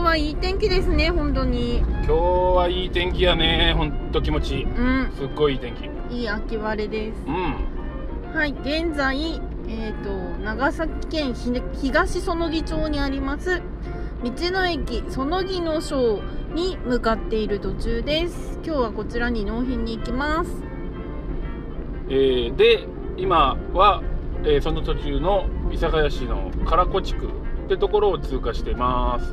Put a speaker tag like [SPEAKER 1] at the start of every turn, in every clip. [SPEAKER 1] はいい天気ですね本当に
[SPEAKER 2] 今日はいい天気やねほんと気持ちいい
[SPEAKER 1] うん
[SPEAKER 2] すっごいいい天気
[SPEAKER 1] いい秋晴れです
[SPEAKER 2] うん
[SPEAKER 1] はい現在えっ、と長崎県ひね東園木町にあります道の駅園木の章に向かっている途中です今日はこちらに納品に行きます
[SPEAKER 2] えーで今は、えーその途中の諫早市の唐子地区ってところを通過してます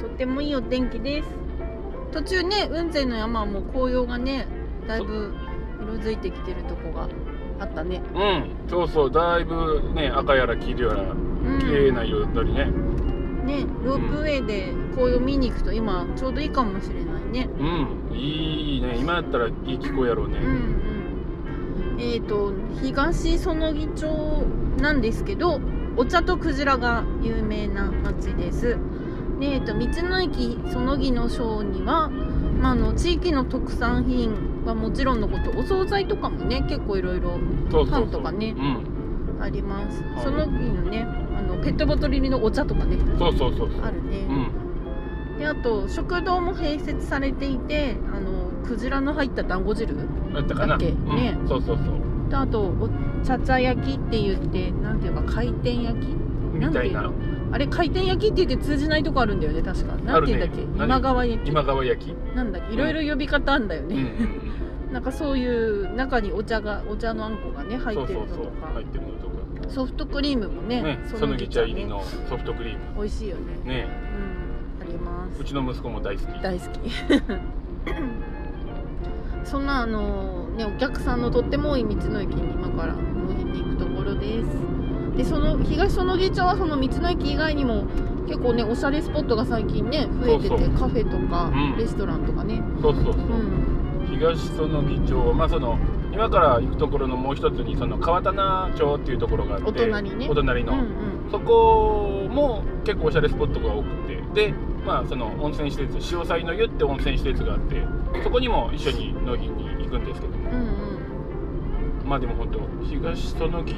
[SPEAKER 1] とってもいいお天気です途中ね雲仙の山はもう紅葉がねだいぶ色づいてきてるとこがあったね
[SPEAKER 2] うんそうそうだいぶね赤やら黄色やら
[SPEAKER 1] うん
[SPEAKER 2] 綺麗な色だったりね
[SPEAKER 1] ねロープウェイで紅葉見に行くと今ちょうどいいかもしれないね
[SPEAKER 2] うん、いいね今やったらいい気候やろうね
[SPEAKER 1] うんうんえっ、と東園木町なんですけどお茶とクジラが有名な町ですで、えー、と道の駅園木の章には、まあ、あの地域の特産品はもちろんのことお惣菜とかもね結構いろいろ
[SPEAKER 2] そう
[SPEAKER 1] パ
[SPEAKER 2] そう
[SPEAKER 1] ン
[SPEAKER 2] そ
[SPEAKER 1] と
[SPEAKER 2] う
[SPEAKER 1] かね
[SPEAKER 2] うん
[SPEAKER 1] あります
[SPEAKER 2] はい
[SPEAKER 1] その木のねあのペットボトル入りのお茶とかね
[SPEAKER 2] そうそうそうそう
[SPEAKER 1] あるね、
[SPEAKER 2] うん
[SPEAKER 1] であと食堂も併設されていてあのクジラの入った団子汁
[SPEAKER 2] だったか
[SPEAKER 1] だ
[SPEAKER 2] な
[SPEAKER 1] っけ
[SPEAKER 2] うん
[SPEAKER 1] ね
[SPEAKER 2] そうそうそう
[SPEAKER 1] とあとお茶々焼きって言ってなんていうか回転焼き
[SPEAKER 2] みたいなん
[SPEAKER 1] ていうのあれ回転焼きって言って通じないとこあるんだよね確かなんて言うんだっけ、
[SPEAKER 2] あるね
[SPEAKER 1] 今川焼き
[SPEAKER 2] 今川焼き、
[SPEAKER 1] なんだっけいろいろ呼び方あんだよ
[SPEAKER 2] う んう
[SPEAKER 1] ね、
[SPEAKER 2] ん
[SPEAKER 1] なんかそういう中にお茶がお茶のあんこがね
[SPEAKER 2] うん、
[SPEAKER 1] 入
[SPEAKER 2] そ
[SPEAKER 1] っ
[SPEAKER 2] う
[SPEAKER 1] てる
[SPEAKER 2] そ
[SPEAKER 1] のと
[SPEAKER 2] うそう
[SPEAKER 1] か
[SPEAKER 2] 入ってるのとか
[SPEAKER 1] ソフトクリームもね
[SPEAKER 2] ねそのぎ茶入り
[SPEAKER 1] ね
[SPEAKER 2] のソフトクリーム
[SPEAKER 1] 美味しいよね
[SPEAKER 2] ね
[SPEAKER 1] うんあります
[SPEAKER 2] うちの息子も大好き
[SPEAKER 1] 大好き そんなあのねお客さんのとっても多い道の駅に今から納品に行くところですでその東園木町はその道の駅以外にも結構ねおしゃれスポットが最近ね増えてて
[SPEAKER 2] そうそう
[SPEAKER 1] カフェとか
[SPEAKER 2] うん
[SPEAKER 1] レストランとかね
[SPEAKER 2] そうそうそう、
[SPEAKER 1] うん
[SPEAKER 2] 東園木町はまあその今から行くところのもう一つにその川棚町っていうところがあって
[SPEAKER 1] お隣ね
[SPEAKER 2] お隣の、
[SPEAKER 1] うんうん
[SPEAKER 2] そこも結構おしゃれスポットが多くてでまあその温泉施設潮騒の湯って温泉施設があってそこにも一緒に納品に行くんですけども
[SPEAKER 1] うん
[SPEAKER 2] まあでも本当東園木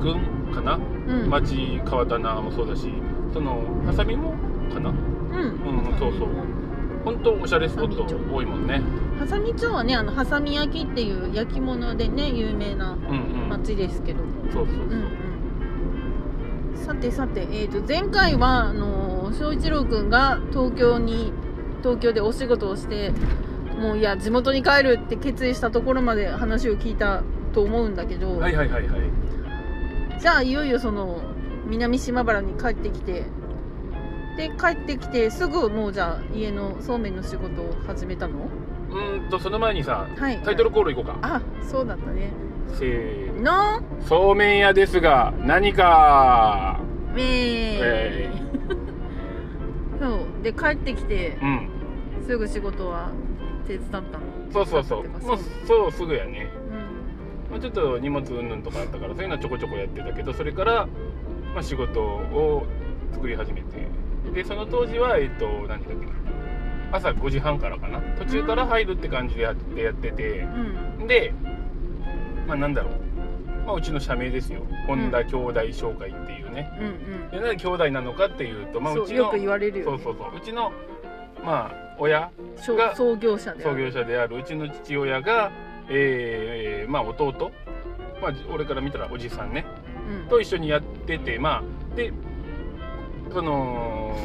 [SPEAKER 2] 郡かな、
[SPEAKER 1] うんうん
[SPEAKER 2] 町川棚もそうだしそのハサミもかな
[SPEAKER 1] うん
[SPEAKER 2] うんそうそう本当おしゃれスポット
[SPEAKER 1] 波佐見町
[SPEAKER 2] 多いもんね
[SPEAKER 1] ハサミ町はねあのハサミ焼きっていう焼き物でね有名な
[SPEAKER 2] うんうん
[SPEAKER 1] 町ですけども
[SPEAKER 2] そうそうそう、
[SPEAKER 1] うんうんさてさて、えー、と前回はあのー翔一郎くんが東京に東京でお仕事をしてもういや地元に帰るって決意したところまで話を聞いたと思うんだけど、
[SPEAKER 2] はいはいはいはい
[SPEAKER 1] じゃあいよいよその南島原に帰ってきてで帰ってきてすぐもうじゃあ家のそうめんの仕事を始めたの
[SPEAKER 2] うーんとその前にさ
[SPEAKER 1] はい
[SPEAKER 2] タイトルコールいこうか、
[SPEAKER 1] あそうだったね
[SPEAKER 2] せーの
[SPEAKER 1] の
[SPEAKER 2] そうめん屋ですが何か
[SPEAKER 1] め
[SPEAKER 2] え
[SPEAKER 1] そうで帰ってきて
[SPEAKER 2] うん
[SPEAKER 1] すぐ仕事は手伝ったの
[SPEAKER 2] そうそうそう。
[SPEAKER 1] 手伝ったってい
[SPEAKER 2] も
[SPEAKER 1] か
[SPEAKER 2] うそうすぐやね。
[SPEAKER 1] ううん
[SPEAKER 2] まあ、ちょっと荷物うんぬんとかあったからそういうのはちょこちょこやってたけどそれから、まあ、仕事を作り始めてでその当時はえっ、と何時だっけな朝5時半からかな途中から入るって感じでやってやってて
[SPEAKER 1] うん
[SPEAKER 2] でまあなんだろう、まあ、うちの社名ですよ本田兄弟紹介っていうね、
[SPEAKER 1] うん
[SPEAKER 2] でなんで兄弟なのかっていうと、まあ、
[SPEAKER 1] そう
[SPEAKER 2] うちの
[SPEAKER 1] よく言われるよね
[SPEAKER 2] そうそうそううちのまあ親
[SPEAKER 1] しょ
[SPEAKER 2] が
[SPEAKER 1] 創業者であ
[SPEAKER 2] 創業
[SPEAKER 1] る
[SPEAKER 2] 者であるうちの父親が、えーまあ、弟、まあ、じ俺から見たらおじさんね
[SPEAKER 1] うん
[SPEAKER 2] と一緒にやっててまあでその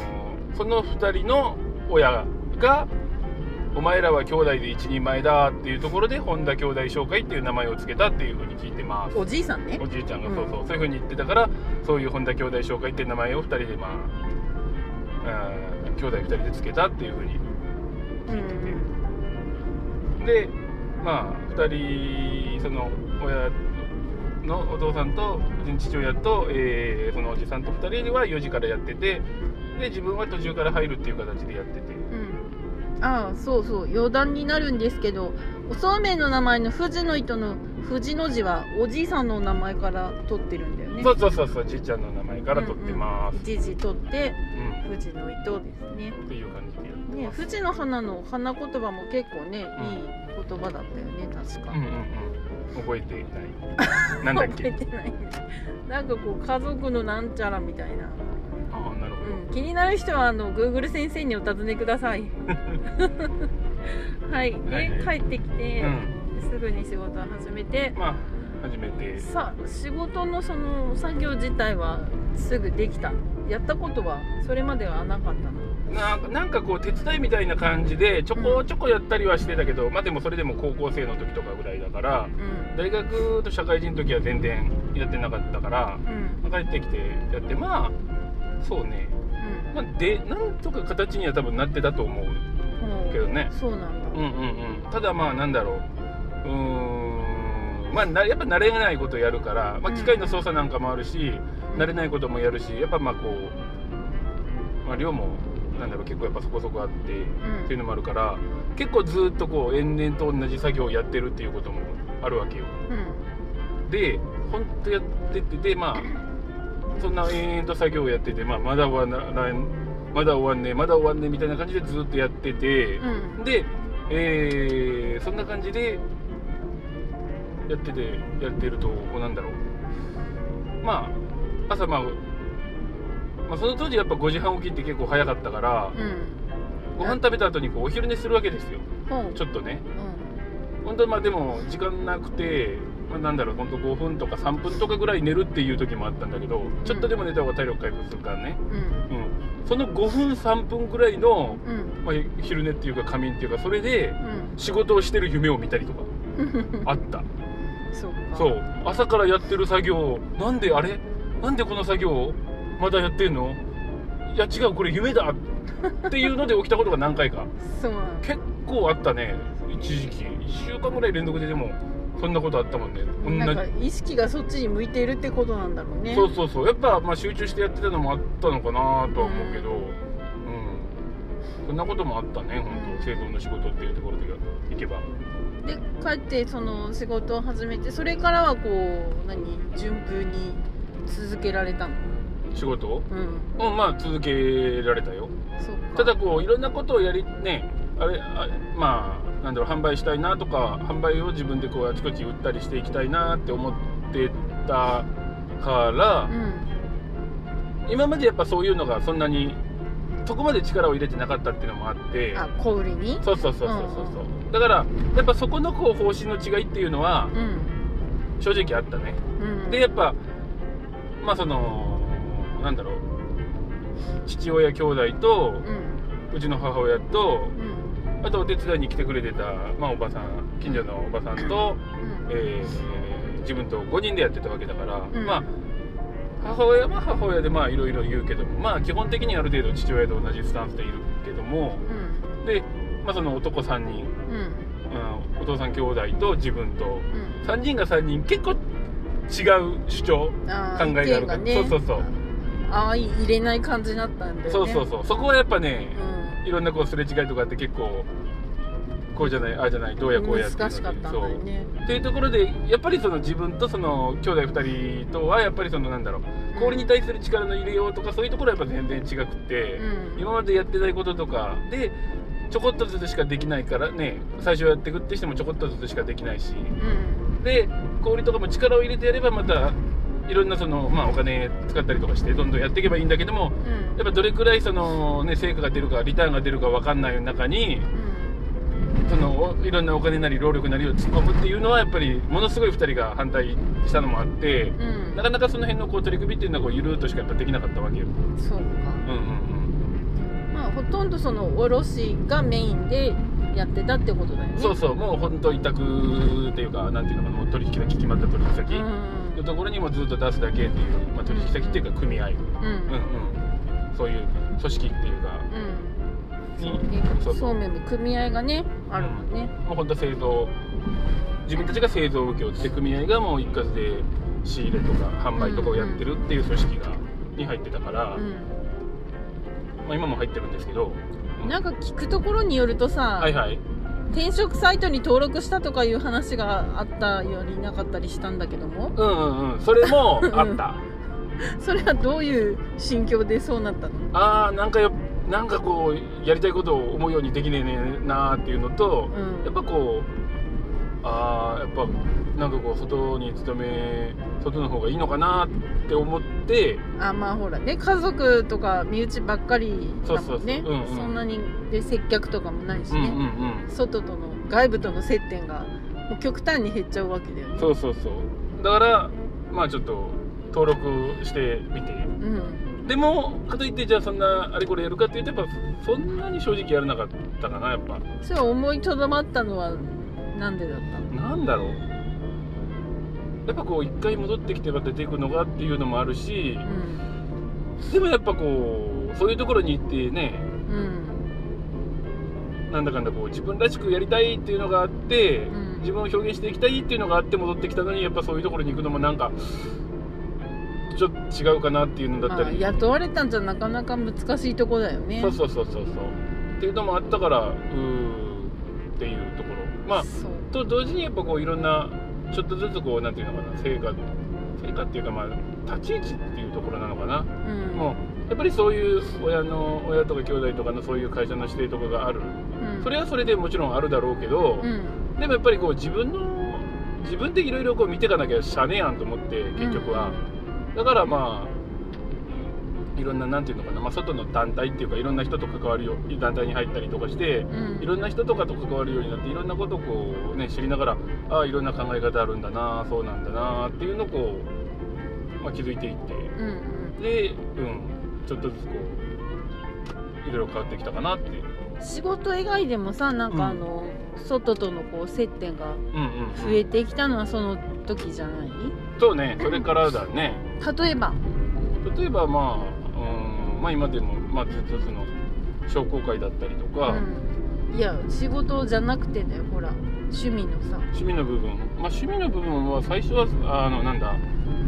[SPEAKER 2] その2人の親が「お前らは兄弟で一人前だ」っていうところで本田兄弟紹介っていう名前を付けたっていうふうに聞いてます
[SPEAKER 1] おじいさんね
[SPEAKER 2] おじいちゃんが
[SPEAKER 1] うん
[SPEAKER 2] そうそう、そういうふうに言ってたからそういう本田兄弟紹介っていう名前を2人でまあうん兄弟2人で付けたっていうふうに
[SPEAKER 1] うんうん
[SPEAKER 2] でまあ2人その親のお父さんとうちの父親と、えーそのおじさんと2人は4時からやっててで自分は途中から入るっていう形でやってて
[SPEAKER 1] うんああそうそう余談になるんですけどおそうめんの名前の富士の糸の富士の字はおじいさんのお名前から取ってるんだよね
[SPEAKER 2] そうそうそうそうじいちゃんの名前から取ってます、
[SPEAKER 1] 一時取って
[SPEAKER 2] うん
[SPEAKER 1] 富士の糸ですね
[SPEAKER 2] っていう感じでやって
[SPEAKER 1] ね
[SPEAKER 2] ます、
[SPEAKER 1] 富士の花の花言葉も結構ねいい言葉だったよね確か
[SPEAKER 2] うんうんうん覚えてい ないなんだっ
[SPEAKER 1] 覚え
[SPEAKER 2] け
[SPEAKER 1] てないなんかこう家族のなんちゃらみたいな
[SPEAKER 2] ああなるほど、
[SPEAKER 1] うん、気になる人はあの Google 先生にお尋ねくださ いはい
[SPEAKER 2] はい
[SPEAKER 1] で帰ってきて、
[SPEAKER 2] うん
[SPEAKER 1] すぐに仕事を始めて
[SPEAKER 2] まあ初めて
[SPEAKER 1] さ仕事のその作業自体はすぐできたやったことはそれまではなかったの
[SPEAKER 2] なんかなんかこう手伝いみたいな感じでちょこちょこやったりはしてたけど、まあでもそれでも高校生の時とかぐらいだから
[SPEAKER 1] うん
[SPEAKER 2] 大学と社会人の時は全然やってなかったから
[SPEAKER 1] うん
[SPEAKER 2] 帰ってきてやってまあそうね、まあ、でなんとか形には多分なってたと思う
[SPEAKER 1] うんほう
[SPEAKER 2] けどね
[SPEAKER 1] そうなん
[SPEAKER 2] うん
[SPEAKER 1] だ
[SPEAKER 2] うんうんただまあなんだろううーんまあなやっぱ慣れないことやるから、まあ、機械の操作なんかもあるし、慣れないいこともやるしやっぱまあこう、まあ、量もなんだろう結構やっぱそこそこあってっていうのもあるから結構ずっとこう延々と同じ作業をやってるっていうこともあるわけよ
[SPEAKER 1] うん
[SPEAKER 2] で本当やっててでまあそんな延々と作業をやってて、まあ、まだ終わらないまだ終わんねえまだ終わんねえみたいな感じでずっとやってて
[SPEAKER 1] う、ん
[SPEAKER 2] で、えーそんな感じでやっててやってるとこうなんだろうまあ朝まあまあ、その当時やっぱ5時半起きって結構早かったから
[SPEAKER 1] うん
[SPEAKER 2] ご飯食べた後にこうお昼寝するわけですよ
[SPEAKER 1] ほう
[SPEAKER 2] ちょっとね
[SPEAKER 1] う
[SPEAKER 2] 本当まあでも時間なくて、まあ、なんだろう本当5分とか3分とかぐらい寝るっていう時もあったんだけどちょっとでも寝た方が体力回復するからね、
[SPEAKER 1] んうん
[SPEAKER 2] うん、その5分3分ぐらいの、
[SPEAKER 1] うん
[SPEAKER 2] まあ、昼寝っていうか仮眠っていうかそれで
[SPEAKER 1] うん
[SPEAKER 2] 仕事をしてる夢を見たりとかあった
[SPEAKER 1] そうか
[SPEAKER 2] そう朝からやってる作業なんであれなんでこの作業まだやってんのいや違うこれ夢だっていうので起きたことが何回か
[SPEAKER 1] そうなんだ
[SPEAKER 2] 結構あったね一時期1週間ぐらい連続ででもそんなことあったもんね
[SPEAKER 1] なんか
[SPEAKER 2] 同
[SPEAKER 1] 意識がそっちに向いているってことなんだろうね
[SPEAKER 2] じそうそうそうやっぱまあ集中してやってたのもあったのかなとは思うけど
[SPEAKER 1] う
[SPEAKER 2] うん、そんなこともあったね本当製造の仕事っていうところでいけば
[SPEAKER 1] で帰ってその仕事を始めてそれからはこう何順風に続けられたの
[SPEAKER 2] 仕事を
[SPEAKER 1] うん
[SPEAKER 2] うんまあ続けられたよ
[SPEAKER 1] そうか
[SPEAKER 2] ただこういろんなことをやりねあれあまあなんだろう販売したいなとか販売を自分でこうあちこち売ったりしていきたいなって思ってたから
[SPEAKER 1] う、ん
[SPEAKER 2] 今までやっぱそういうのがそんなにそこまで力を入れてなかったっていうのもあって
[SPEAKER 1] あ小売りに
[SPEAKER 2] そうそうそうそうそうそう、だからやっぱそこのこう方針の違いっていうのは
[SPEAKER 1] うん
[SPEAKER 2] 正直あったね
[SPEAKER 1] うん
[SPEAKER 2] でやっぱまあそのなんだろう父親兄弟と
[SPEAKER 1] うん
[SPEAKER 2] うちの母親と
[SPEAKER 1] うん
[SPEAKER 2] あとお手伝いに来てくれてた、まあ、おばさん近所のおばさんと、
[SPEAKER 1] うん
[SPEAKER 2] えー自分と5人でやってたわけだから、
[SPEAKER 1] うん
[SPEAKER 2] まあ母親は母親でまあいろいろ言うけどもまあ基本的にある程度父親と同じスタンスでいるけども
[SPEAKER 1] うん
[SPEAKER 2] で、まあ、その男3人、
[SPEAKER 1] うん
[SPEAKER 2] うん、お父さん兄弟と自分と
[SPEAKER 1] う
[SPEAKER 2] 3人が3人結構違う主張
[SPEAKER 1] んあ
[SPEAKER 2] 考えがある
[SPEAKER 1] 意見がね
[SPEAKER 2] そうそうそう
[SPEAKER 1] ああい入れない感じだったんだよね
[SPEAKER 2] そうそうそうそこはやっぱね
[SPEAKER 1] う
[SPEAKER 2] いろんなこうすれ違いとかって結構こうじゃないああじゃないどうや
[SPEAKER 1] ん
[SPEAKER 2] こうやっていうの
[SPEAKER 1] 難
[SPEAKER 2] で
[SPEAKER 1] しかったんだよね
[SPEAKER 2] っていうところでやっぱりその自分とその兄弟2人とはやっぱりそのなんだろう氷に対する力の入れようとかそういうところはやっぱ全然違くて、
[SPEAKER 1] うん
[SPEAKER 2] 今までやってないこととかでちょこっとずつしかできないからね最初やってくってしてもちょこっとずつしかできないし
[SPEAKER 1] うん
[SPEAKER 2] で氷とかも力を入れてやればまたいろんなその、まあ、お金使ったりとかしてどんどんやっていけばいいんだけども
[SPEAKER 1] うん
[SPEAKER 2] やっぱどれくらいその、ね、成果が出るかリターンが出るか分かんない中に
[SPEAKER 1] うん
[SPEAKER 2] そのおいろんなお金なり労力なりを突っ込むっていうのはやっぱりものすごい2人が反対したのもあって
[SPEAKER 1] うん
[SPEAKER 2] なかなかその辺のこう取り組みっていうのはこうゆるーっとしかやっぱできなかったわけよ。
[SPEAKER 1] そうか
[SPEAKER 2] うんうん
[SPEAKER 1] まあ、ほとんどその卸がメインでやってたってことだよ
[SPEAKER 2] う
[SPEAKER 1] ね
[SPEAKER 2] ん、そうそうもう本当委託っていうかなんていうのかなもう取引先決まった取引先
[SPEAKER 1] う
[SPEAKER 2] の
[SPEAKER 1] ん
[SPEAKER 2] ところにもずっと出すだけっていう、まあ、取引先っていうか組合、うん
[SPEAKER 1] う
[SPEAKER 2] うんん、そういう組織っていうか
[SPEAKER 1] うんそうう
[SPEAKER 2] にそそう
[SPEAKER 1] そうめんの組合がねあるもんね
[SPEAKER 2] もう本当製造自分たちが製造請け負って組合がもう一括で仕入れとか販売とかをやってるっていう組織がに入ってたから、
[SPEAKER 1] う
[SPEAKER 2] まあ、今も入ってるんですけど、うん
[SPEAKER 1] んなんか聞くところによるとさ、
[SPEAKER 2] はいはい
[SPEAKER 1] 転職サイトに登録したとかいう話があったよりなかったりしたんだけども
[SPEAKER 2] うんうんうんそれもあった
[SPEAKER 1] それはどういう心境でそうなったの
[SPEAKER 2] ああなんかよなんかこうやりたいことを思うようにできねえなーっていうのと、
[SPEAKER 1] うん
[SPEAKER 2] やっぱこうああやっぱなんかこう外に勤め外の方がいいのかなって思って
[SPEAKER 1] あまあほらね家族とか身内ばっかりだもんね
[SPEAKER 2] そうそうそううんうん
[SPEAKER 1] そんなにで接客とかもないし
[SPEAKER 2] うんうん
[SPEAKER 1] ね、外との外部との接点がもう極端に減っちゃうわけだよ
[SPEAKER 2] うん
[SPEAKER 1] ね
[SPEAKER 2] そうそうそうだからまあちょっと登録してみて
[SPEAKER 1] うん
[SPEAKER 2] でもかといってじゃあそんなあれこれやるかって言ってやっぱそんなに正直やらなかったかなやっぱ
[SPEAKER 1] それ思いとどまったのはなんでだったの
[SPEAKER 2] なんだろうやっぱこう一回戻ってきてまた出ていくのがっていうのもあるし
[SPEAKER 1] うん
[SPEAKER 2] でもやっぱこうそういうところに行ってね
[SPEAKER 1] うん
[SPEAKER 2] なんだかんだこう自分らしくやりたいっていうのがあって、
[SPEAKER 1] うん
[SPEAKER 2] 自分を表現していきたいっていうのがあって戻ってきたのにやっぱそういうところに行くのもなんかちょっと違うかなっていうのだ
[SPEAKER 1] ま
[SPEAKER 2] った
[SPEAKER 1] あ
[SPEAKER 2] り、
[SPEAKER 1] 雇われたんじゃなかなか難しいとこだよね
[SPEAKER 2] そうそうそうそうそうっていうのもあったからうーっていうところまあ
[SPEAKER 1] そう
[SPEAKER 2] と同時にやっぱこういろんなちょっとずつこうなんていうのかな成果成果っていうかまあ立ち位置っていうところなのかな
[SPEAKER 1] うん
[SPEAKER 2] もうやっぱりそういう親の親とか兄弟とかのそういう会社の指定とかがある
[SPEAKER 1] うん
[SPEAKER 2] それはそれでもちろんあるだろうけど、
[SPEAKER 1] うん
[SPEAKER 2] でもやっぱりこう自分の自分でいろいろこう見ていかなきゃしゃあねえやんと思って結局は、だからまあいろんななんていうのかな、まあ、外の団体っていうかいろんな人と関わるよ団体に入ったりとかして
[SPEAKER 1] うん
[SPEAKER 2] いろんな人とかと関わるようになっていろんなことをこうね知りながらああいろんな考え方あるんだなそうなんだなっていうのをこう、まあ、気づいていって
[SPEAKER 1] うんうん
[SPEAKER 2] でうんちょっとずつこういろいろ変わってきたかなっていう。
[SPEAKER 1] 仕事以外でもさなんかあ
[SPEAKER 2] うん
[SPEAKER 1] の、外とのこう接点が
[SPEAKER 2] うんうん
[SPEAKER 1] 増えてきたのはその時じゃない
[SPEAKER 2] そうねそれからだね
[SPEAKER 1] 例えば
[SPEAKER 2] 例えばまあ、うんまあ、今でも、まあ、ずっとその商工会だったりとか、
[SPEAKER 1] うん、いや仕事じゃなくてだよほら趣味のさ
[SPEAKER 2] 趣味の部分、まあ、趣味の部分は最初はあのなんだ、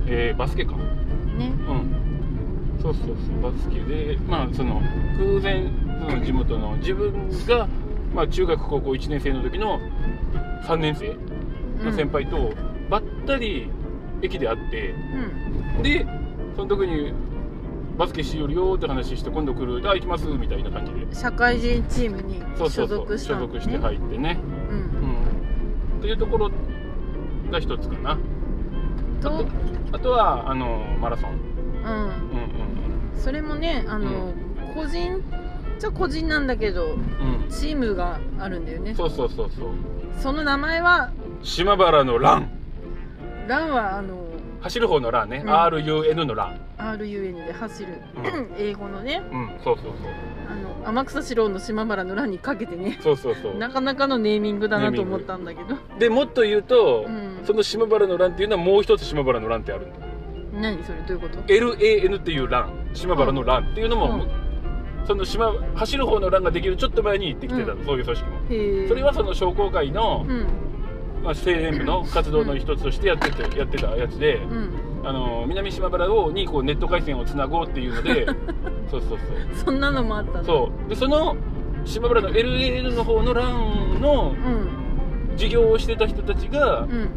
[SPEAKER 2] えーバスケかう
[SPEAKER 1] ね
[SPEAKER 2] んそうそうそうバスケでまあその偶然その地元の自分が、まあ、中学高校1年生の時の3年生の先輩とばったり駅で会って、
[SPEAKER 1] うん
[SPEAKER 2] でその時にバスケしよるよって話して今度来るあ行きますみたいな感じで
[SPEAKER 1] 社会人チームに
[SPEAKER 2] そう
[SPEAKER 1] 所
[SPEAKER 2] そうそう
[SPEAKER 1] 属した
[SPEAKER 2] 所
[SPEAKER 1] のね
[SPEAKER 2] 属して入ってね、
[SPEAKER 1] うん
[SPEAKER 2] うん、っていうところが一つかな
[SPEAKER 1] と
[SPEAKER 2] あとはあのマラソン
[SPEAKER 1] うん
[SPEAKER 2] うんうん
[SPEAKER 1] それもねあの、
[SPEAKER 2] う
[SPEAKER 1] 個人じゃ個人なんだけど
[SPEAKER 2] うん
[SPEAKER 1] チームがあるんだよ
[SPEAKER 2] う
[SPEAKER 1] ね
[SPEAKER 2] んそうそうそうそう
[SPEAKER 1] その名前は
[SPEAKER 2] 島原のラン
[SPEAKER 1] ランはあの
[SPEAKER 2] 走る方のランね、
[SPEAKER 1] うん
[SPEAKER 2] RUN のラン
[SPEAKER 1] RUN で走る、
[SPEAKER 2] う
[SPEAKER 1] 英語のね
[SPEAKER 2] うんそうそうそ
[SPEAKER 1] あの天草四郎の島原のランにかけてね
[SPEAKER 2] うそうそうそ
[SPEAKER 1] な
[SPEAKER 2] う
[SPEAKER 1] かなかのネーミングだなと思ったんだけど、
[SPEAKER 2] でもっと言うと、
[SPEAKER 1] うん
[SPEAKER 2] その島原のランっていうのはもう一つ島原のランってあるんだ
[SPEAKER 1] 何それどういうこと
[SPEAKER 2] LAN っていうラン島原のランっていうのも、その島走る方のランができるちょっと前にできてたの、そういう組織も
[SPEAKER 1] へえ
[SPEAKER 2] それはその商工会の、
[SPEAKER 1] うん
[SPEAKER 2] まあ、青年部の活動の一つとしてやっててやってたやつで、
[SPEAKER 1] うん
[SPEAKER 2] あの南島原をにこうネット回線をつなごうっていう のでそうそう
[SPEAKER 1] そんなのもあった
[SPEAKER 2] そ
[SPEAKER 1] の
[SPEAKER 2] うそうでその島原の LAN の方のランの
[SPEAKER 1] うん
[SPEAKER 2] 事業をしてた人たちが、
[SPEAKER 1] うん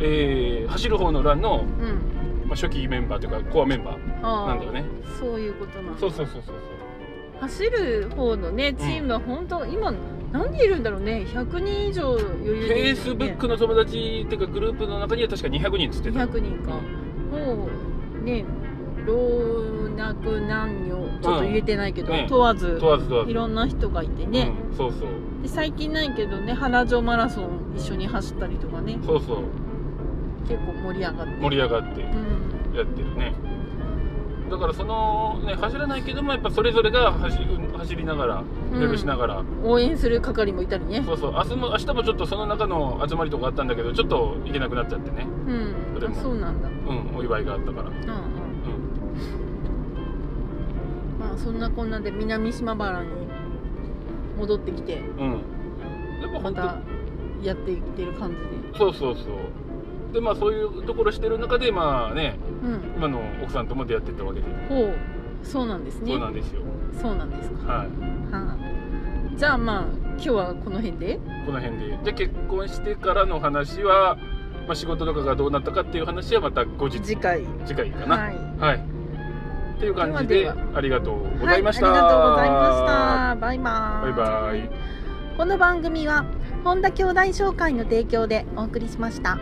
[SPEAKER 2] えー走る方のランの、
[SPEAKER 1] うん
[SPEAKER 2] まあ、初期メンバーというかコアメンバー
[SPEAKER 1] ああ
[SPEAKER 2] なんだよね
[SPEAKER 1] そういうことなの
[SPEAKER 2] そうそうそうそう
[SPEAKER 1] 走る方のねチームは本当、今何人いるんだろうね100人以上余
[SPEAKER 2] フ
[SPEAKER 1] 裕でい
[SPEAKER 2] ェ
[SPEAKER 1] る
[SPEAKER 2] イ
[SPEAKER 1] んだ
[SPEAKER 2] ス
[SPEAKER 1] よ
[SPEAKER 2] ブ
[SPEAKER 1] ね
[SPEAKER 2] ックの友達っていうかグループの中には確か200人っつってた
[SPEAKER 1] 200人かもうね老若男女ちょっと言えてないけど、
[SPEAKER 2] うんね
[SPEAKER 1] 問わず
[SPEAKER 2] 問わず問わず
[SPEAKER 1] いろんな人がいてね、
[SPEAKER 2] うん、そうそう
[SPEAKER 1] で最近ないけどね原城マラソン一緒に走ったりとかね
[SPEAKER 2] そうそう
[SPEAKER 1] 結構盛り上がって
[SPEAKER 2] 盛り上がってや
[SPEAKER 1] うん
[SPEAKER 2] ってるねだからそのね走らないけどもやっぱそれぞれが走走りながら
[SPEAKER 1] うん
[SPEAKER 2] レベルしながら、
[SPEAKER 1] 応援する係もいたりね
[SPEAKER 2] そうそう明日も明日もちょっとその中の集まりとかあったんだけどちょっと行けなくなっちゃってね
[SPEAKER 1] うん
[SPEAKER 2] それ
[SPEAKER 1] あ
[SPEAKER 2] も
[SPEAKER 1] そうなんだう
[SPEAKER 2] うんお祝いがあったから
[SPEAKER 1] んうん
[SPEAKER 2] うん
[SPEAKER 1] まあそんなこんなで南島原に戻ってきて
[SPEAKER 2] うんやっぱ
[SPEAKER 1] ま
[SPEAKER 2] 本当、
[SPEAKER 1] たやっていってる感じで
[SPEAKER 2] そうそうそうでまあそういうところしてる中でまあね
[SPEAKER 1] うん
[SPEAKER 2] 今の奥さんとも出会ってったわけで、
[SPEAKER 1] ほうそうなんですね
[SPEAKER 2] そうなんですよ
[SPEAKER 1] そうなんですか
[SPEAKER 2] は
[SPEAKER 1] は
[SPEAKER 2] い
[SPEAKER 1] あじゃあまあ今日はこの辺で
[SPEAKER 2] この辺でじゃあ結婚してからの話は、まあ、仕事とかがどうなったかっていう話はまた後日
[SPEAKER 1] 次回
[SPEAKER 2] 次回かなは
[SPEAKER 1] はい
[SPEAKER 2] い、っていう感じで
[SPEAKER 1] ではで
[SPEAKER 2] ありがとうございました、
[SPEAKER 1] はい、ありがとうございましたバイバーイ
[SPEAKER 2] バイバイ
[SPEAKER 1] この番組は本田兄弟紹介の提供でお送りしました。